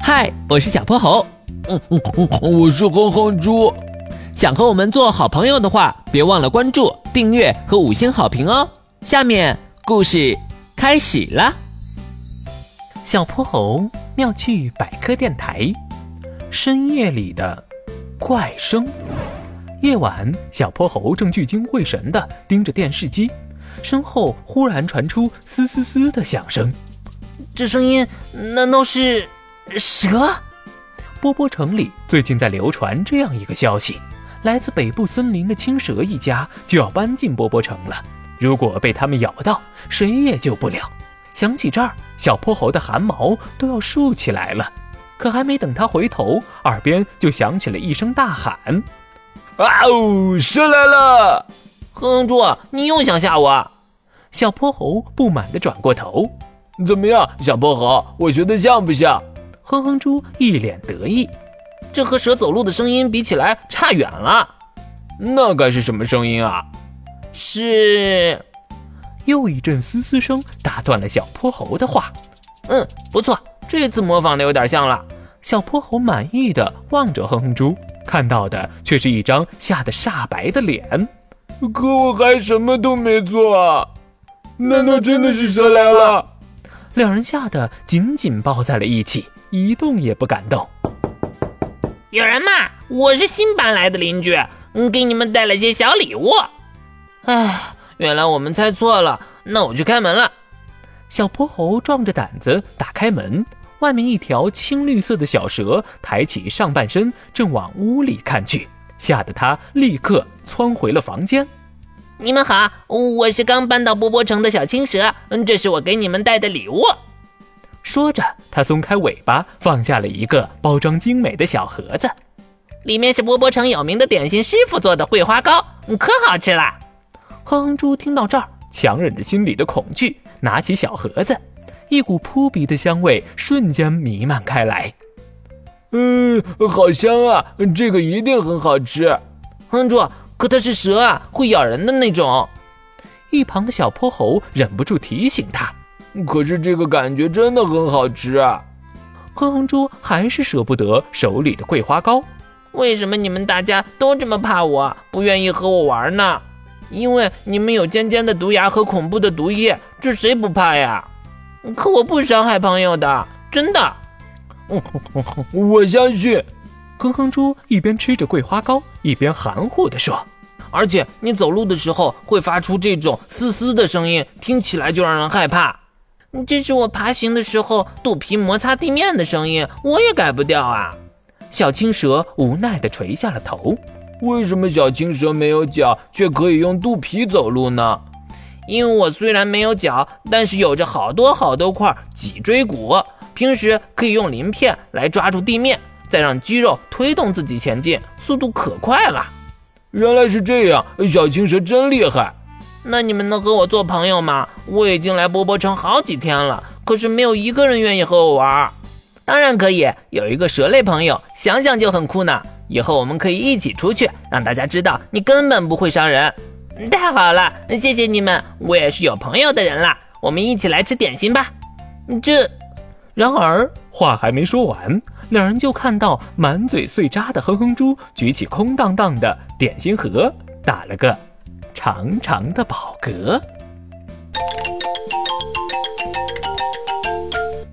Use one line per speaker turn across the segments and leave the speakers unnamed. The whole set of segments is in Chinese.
嗨，我是小泼猴，
嗯嗯嗯，我是哼哼猪。
想和我们做好朋友的话，别忘了关注、订阅和五星好评哦。下面故事开始啦！
小泼猴妙趣百科电台，深夜里的怪声。夜晚，小泼猴正聚精会神地盯着电视机，身后忽然传出嘶嘶嘶的响声。
这声音难道是蛇？
波波城里最近在流传这样一个消息：来自北部森林的青蛇一家就要搬进波波城了。如果被它们咬到，谁也救不了。想起这儿，小泼猴的汗毛都要竖起来了。可还没等他回头，耳边就响起了一声大喊。
啊哦，蛇来了！
哼哼猪，啊你又想吓我？啊
小泼猴不满地转过头，
怎么样，小泼猴，我学的像不像？
哼哼猪一脸得意。
这和蛇走路的声音比起来差远了。
那该是什么声音啊？
是，
又一阵嘶嘶声打断了小泼猴的话。
嗯，不错，这次模仿的有点像了。
小泼猴满意的望着哼哼猪，看到的却是一张吓得煞白的脸。
可我还什么都没做啊！难道真的是蛇来了？
两人吓得紧紧抱在了一起，一动也不敢动。
有人嘛，我是新搬来的邻居，嗯，给你们带了些小礼物。哎，原来我们猜错了，那我去开门了。
小泼猴壮着胆子打开门，外面一条青绿色的小蛇抬起上半身，正往屋里看去，吓得他立刻窜回了房间。
你们好，我是刚搬到波波城的小青蛇，嗯，这是我给你们带的礼物。
说着，他松开尾巴，放下了一个包装精美的小盒子，
里面是波波城有名的点心师傅做的桂花糕，嗯可好吃了。
哼哼猪听到这儿，强忍着心里的恐惧，拿起小盒子，一股扑鼻的香味瞬间弥漫开来。
嗯，好香啊！这个一定很好吃。
哼猪，可它是蛇啊，会咬人的那种。
一旁的小泼猴忍不住提醒他，
可是这个感觉真的很好吃啊！
哼哼猪还是舍不得手里的桂花糕。
为什么你们大家都这么怕我，不愿意和我玩呢？因为你们有尖尖的毒牙和恐怖的毒液，这谁不怕呀？可我不伤害朋友的，真的。
我相信。
哼哼猪一边吃着桂花糕，一边含糊地说
而且你走路的时候会发出这种嘶嘶的声音，听起来就让人害怕。这是我爬行的时候肚皮摩擦地面的声音，我也改不掉啊。：“
小青蛇无奈地垂下了头。
为什么小青蛇没有脚，却可以用肚皮走路呢？
因为我虽然没有脚，但是有着好多好多块脊椎骨，平时可以用鳞片来抓住地面，再让肌肉推动自己前进，速度可快了。
原来是这样，哎小青蛇真厉害。
那你们能和我做朋友吗？我已经来波波城好几天了，可是没有一个人愿意和我玩儿。当然可以，有一个蛇类朋友，想想就很酷呢。以后我们可以一起出去，让大家知道你根本不会伤人。太好了，谢谢你们，我也是有朋友的人啦。我们一起来吃点心吧。这，”
然而话还没说完，两人就看到满嘴碎渣的哼哼猪举起空荡荡的点心盒，打了个长长的饱嗝。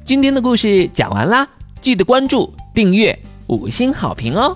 今天的故事讲完啦，记得关注、订阅、五星好评哦。